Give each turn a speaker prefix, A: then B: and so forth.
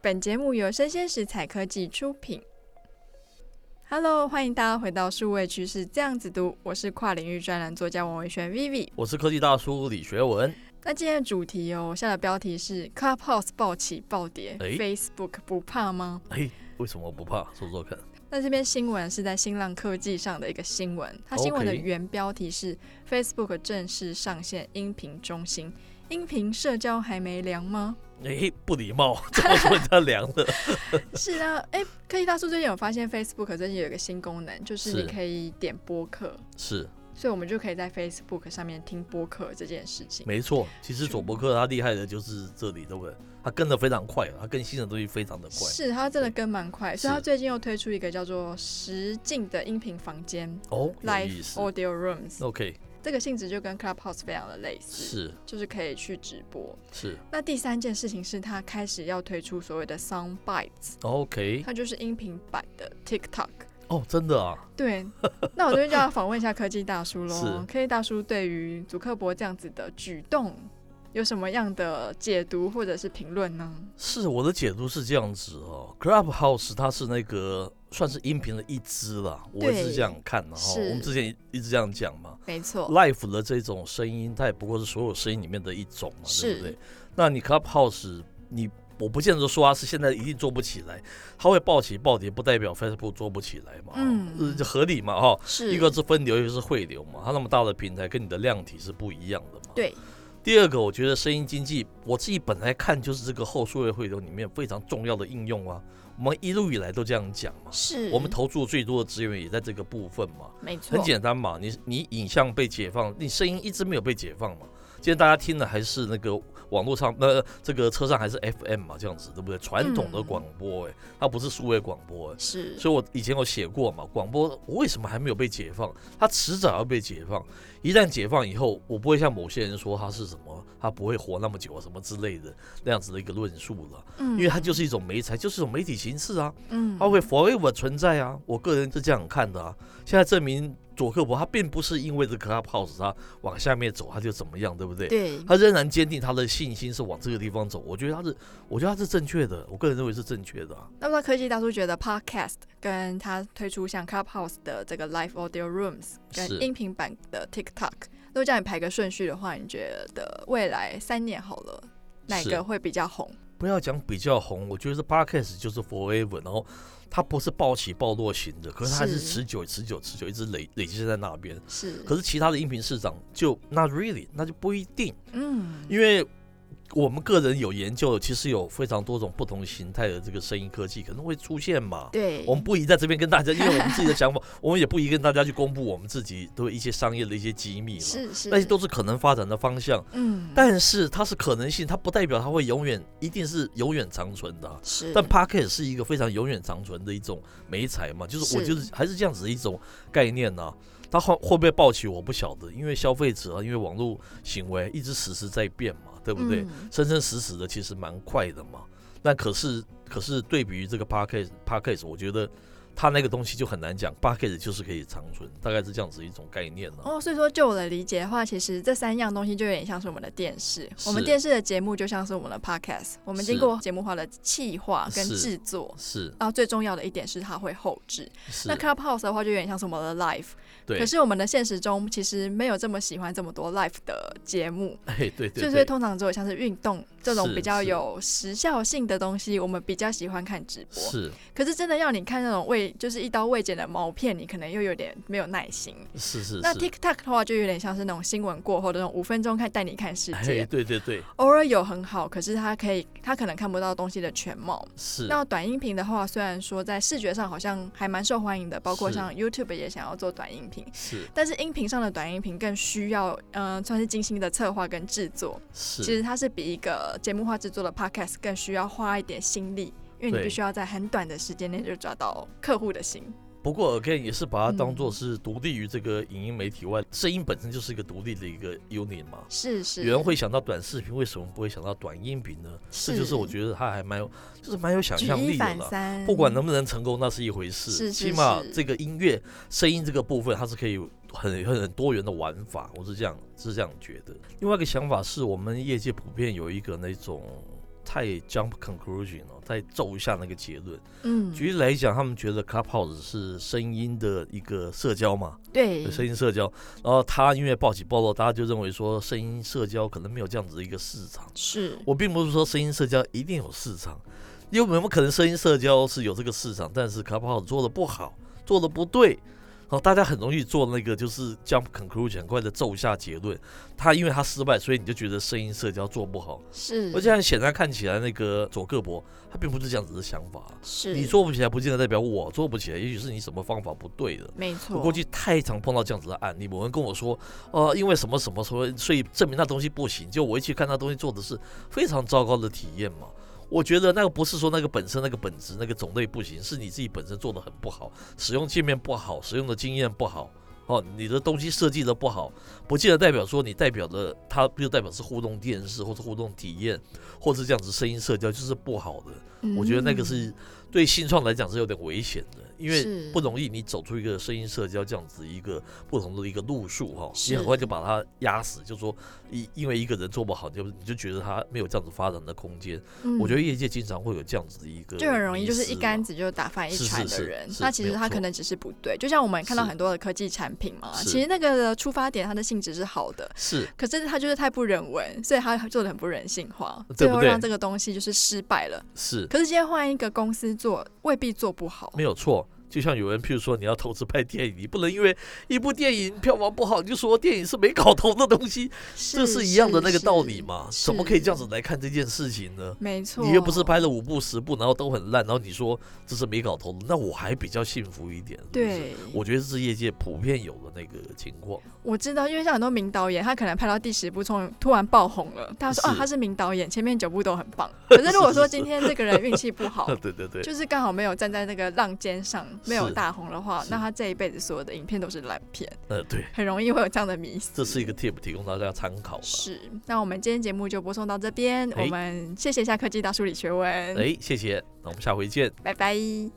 A: 本节目由生鲜食材科技出品。Hello，欢迎大家回到数位趋势这样子读，我是跨领域专栏作家王维轩 Vivi。
B: 我是科技大叔李学文。
A: 那今天的主题哦，我下的标题是 Clubhouse 暴起暴跌、
B: 诶
A: f a c e b o o k 不怕吗？
B: 哎，为什么不怕？说说看。
A: 那这篇新闻是在新浪科技上的一个新闻，它新闻的
B: OK
A: 原标题是 Facebook 正式上线音频中心，音频社交还没凉吗？
B: 哎，不礼貌， 这么说人家凉的。
A: 是啊，哎、科技大叔最近有发现 Facebook 最近有一个新功能，就是你
B: 是
A: 可以点播客，
B: 是，
A: 所以我们就可以在 Facebook 上面听播客这件事情。
B: 没错。其实佐伯克他厉害的就是这里，对不对？他跟的非常快，他更新的东西非常的快。
A: 是，他真的跟蛮快，所以他
B: 是
A: 最近又推出一个叫做实境的音频房间
B: 哦，有意
A: （Live
B: 思。
A: Audio Rooms），
B: OK，
A: 这个性质就跟 Clubhouse 非常的类似，
B: 是
A: 就是可以去直播。
B: 是
A: 那第三件事情是，他开始要推出所谓的 Sound Bites，
B: OK。
A: 它就是音频版的 TikTok。
B: 哦，真的啊，
A: 对，那我这边就要访问一下科技大叔喽。
B: 是
A: 科技大叔对于祖克伯这样子的举动有什么样的解读或者是评论呢？
B: 是我的解读是这样子哦。Clubhouse 它是那个算是音频的一支啦，我一
A: 对
B: 直这样看的哈。
A: 是
B: 我们之前一一直这样讲嘛。
A: 没错，
B: Life 的这种声音，它也不过是所有声音里面的一种嘛，对
A: 是
B: 不对？那你 Clubhouse，你我不见得说它是现在一定做不起来，它会暴起暴跌，不代表 Facebook 做不起来嘛，
A: 嗯
B: 哦呃合理嘛，哈、
A: 是
B: 一个是分流，一个是汇流嘛，它那么大的平台跟你的量体是不一样的嘛。。
A: 对，
B: 第二个，我觉得声音经济，我自己本来看就是这个后数位汇流里面非常重要的应用啊，我们一路以来都这样讲嘛，
A: 是
B: 我们投注最多的资源也在这个部分嘛。
A: 没错，
B: 很简单嘛，你你影像被解放，你声音一直没有被解放嘛。今天大家听的还是那个网络上，呃，这个车上还是 FM 嘛，这样子对不对？传统的广播、哎、它不是数位广播、哎。
A: 是
B: 所以我以前有写过嘛，广播为什么还没有被解放？它迟早要被解放。一旦解放以后，我不会像某些人说它是什么，它不会活那么久啊，什么之类的那样子的一个论述了，
A: 嗯
B: 因为它就是一种媒材，就是一种媒体形式啊。
A: 嗯
B: 它会 forever 存在啊。我个人是这样看的啊。现在证明佐克伯他并不是因为这 Clubhouse 他往下面走他就怎么样，对不对？
A: 对，
B: 他仍然坚定他的信心是往这个地方走。我觉得他是，我觉得他是正确的，我个人认为是正确的、啊。
A: 那么科技大叔觉得 Podcast 跟他推出像 Clubhouse 的这个 Live Audio Rooms
B: 是
A: 跟音频版的 TikTok，如果叫你排个顺序的话，你觉得未来三年好了，哪
B: 是
A: 个会比较红？
B: 不要讲比较红，我觉得是 Podcast 就是 forever，然后它不是暴起暴落型的，可是它还是
A: 是
B: 持久、持久、持久，一直累累积在那边。
A: 是，
B: 可是其他的音频市场就 not really，那就不一定。
A: 嗯，
B: 因为我们个人有研究，其实有非常多种不同形态的这个声音科技可能会出现嘛。
A: 对，
B: 我们不宜在这边跟大家，因为我们自己的想法， 我们也不宜跟大家去公布我们自己的一些商业的一些机密了。
A: 是是，
B: 那些都是可能发展的方向，
A: 嗯，
B: 但是它是可能性，它不代表它会永远一定是永远长存的啊、
A: 是，
B: 但 Pocket 是一个非常永远长存的一种媒材嘛，就是我
A: 是
B: 就是还是这样子的一种概念呐、它会会不会暴起我不晓得，因为消费者啊，因为网络行为一直实时在变嘛，对不对？
A: 嗯
B: 生生死死的其实蛮快的嘛。那可是可是对比于这个 Pocket Pocket，我觉得它那个东西就很难讲，Pocket 就是可以长存，大概是这样子一种概念啊呢、
A: 哦，所以说，就我的理解的话，其实这三样东西就有点像是我们的电视。我们
B: 是
A: 电视的节目就像是我们的 podcast，我们经
B: 是
A: 过节目化的企划跟
B: 是
A: 制作，
B: 是
A: 然后最重要的一点是它会后置。
B: 是
A: 那，Clubhouse 的话，就有点像是我们的 live，可
B: 对，
A: 是我们的现实中其实没有这么喜欢这么多 live 的节目，
B: 哎，
A: 所
B: 对
A: 以
B: 对
A: 说
B: 对，
A: 通常只有像是运动这种
B: 是
A: 比较
B: 是
A: 有时效性的东西，我们比较喜欢看直播。
B: 是
A: 可是真的要你看那种未就是一刀未剪的毛片，你可能又有点没有耐心。
B: 是是
A: 那
B: 是，
A: TikTok 的话，就有点像是那种新闻过后的那种五分钟看带你看世
B: 哎，
A: 界，
B: 对对对，
A: 偶尔有很好，可是它可以，它可能看不到东西的全貌。
B: 是
A: 那短音频的话，虽然说在视觉上好像还蛮受欢迎的，包括
B: 是
A: 像 YouTube 也想要做短音频，
B: 是
A: 但是音频上的短音频更需要，嗯、算是精心的策划跟制作。
B: 是，
A: 其实它是比一个节目化制作的 Podcast 更需要花一点心力，因为你
B: 对
A: 必须要在很短的时间内就抓到客户的心。
B: 不过 again 也是把它当做
A: 嗯
B: 是独立于这个影音媒体外，声音本身就是一个独立的一个 unit 嘛。
A: 是是，
B: 有人会想到短视频，为什么不会想到短音频呢？这就是我觉得它还蛮有，就是蛮有想
A: 举
B: 象
A: 一
B: 力的
A: 反
B: 啦。
A: 三，
B: 不管能不能成功，那是一回事。
A: 是是
B: 起码
A: 是
B: 这个音乐声音这个部分，它是可以有很很很多元的玩法，我是这样是这样觉得。另外一个想法是我们业界普遍有一个那种。太 jump conclusion 了，太骤下那个结论。
A: 嗯，
B: 举例来讲，他们觉得 Clubhouse 是声音的一个社交嘛，
A: 对，
B: 声音社交。然后他因为报喜报道，大家就认为说声音社交可能没有这样子的一个市场。
A: 是，
B: 我并不是说声音社交一定有市场，因为我们可能声音社交是有这个市场，但是 Clubhouse 做的不好，做的不对。然后大家很容易做那个就是 jump conclusion，很快的骤下结论。他因为他失败，所以你就觉得声音社交做不好。
A: 是，
B: 而且很显然看起来，那个佐克伯他并不是这样子的想法。
A: 是
B: 你做不起来，不见得代表我做不起来，也许是你什么方法不对的。
A: 没错，
B: 我过去太常碰到这样子的案例，某人跟我说，呃，因为什么什么所以所以证明那东西不行，就我一去看那东西做的是非常糟糕的体验嘛。我觉得那个不是说那个本身那个本质那个种类不行，是你自己本身做的很不好，使用界面不好，使用的经验不好。哦，你的东西设计的不好，不见得代表说你代表的它就代表是互动电视或是互动体验，或是这样子声音社交就是不好的。
A: 嗯
B: 我觉得那个是对新创来讲是有点危险的，因
A: 是
B: 为不容易你走出一个声音社交这样子一个不同的一个路数哈，
A: 是
B: 你很快就把它压死，就说因因为一个人做不好，你就你就觉得他没有这样子发展的空间。
A: 嗯，
B: 我觉得业界经常会有这样子的一个，啊
A: 就很容易就是一竿。子就打翻一
B: 是
A: 船
B: 是
A: 的
B: 是
A: 人。
B: 是
A: 那其
B: 没
A: 实
B: 有
A: 它可
B: 错
A: 能只是不对，就像我们看到
B: 是
A: 很多的科技产品嘛，
B: 是
A: 其实那个的出发点它的性质是好的，
B: 是
A: 可是它就是太不人文，所以它做的很不人性化，
B: 对
A: 最
B: 不
A: 后让这
B: 对
A: 个东西就是失败了。
B: 是，
A: 可是今天换一个公司做，未必做不好。
B: 没有错。就像有人，譬如说你要投资拍电影，你不能因为一部电影票房不好，你就说电影是没搞头的东西，这是一样的那个道理嘛？
A: 是
B: 怎么可以这样子来看这件事情呢？
A: 没错，
B: 你又不是拍了五部十部，然后都很烂，然后你说这是没搞头的，那我还比较幸福一点。是不是，
A: 对，
B: 我觉得是业界普遍有的那个情况。
A: 我知道，因为像很多名导演，他可能拍到第十部，从突然爆红了，大家说
B: 是
A: 啊他是名导演，前面九部都很 棒。可是如果说
B: 是是，
A: 今天这个人运气不好
B: 对对对，
A: 哦就是刚好没有站在那个浪尖上，没有
B: 是
A: 大红的话，
B: 是
A: 那他这一辈子所有的影片都是烂片，
B: 呃对，
A: 很容易会有这样的迷思。
B: 这是一个 tip 提供大家参考了。
A: 是，那我们今天节目就播送到这边，
B: 哎
A: 我们谢谢一下科技大叔李学文，
B: 哎，谢谢，那我们下回见。
A: 拜拜。